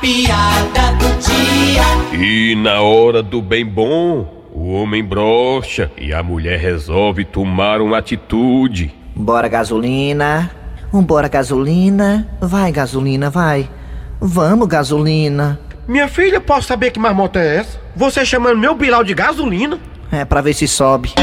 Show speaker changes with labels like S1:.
S1: piada do dia.
S2: E na hora do bem bom, o homem brocha e a mulher resolve tomar uma atitude.
S3: Bora gasolina, Um bora gasolina, vai gasolina, vai. Vamos gasolina.
S4: Minha filha, posso saber que marmota é essa? Você chamando meu Bilal de gasolina?
S3: É pra ver se sobe.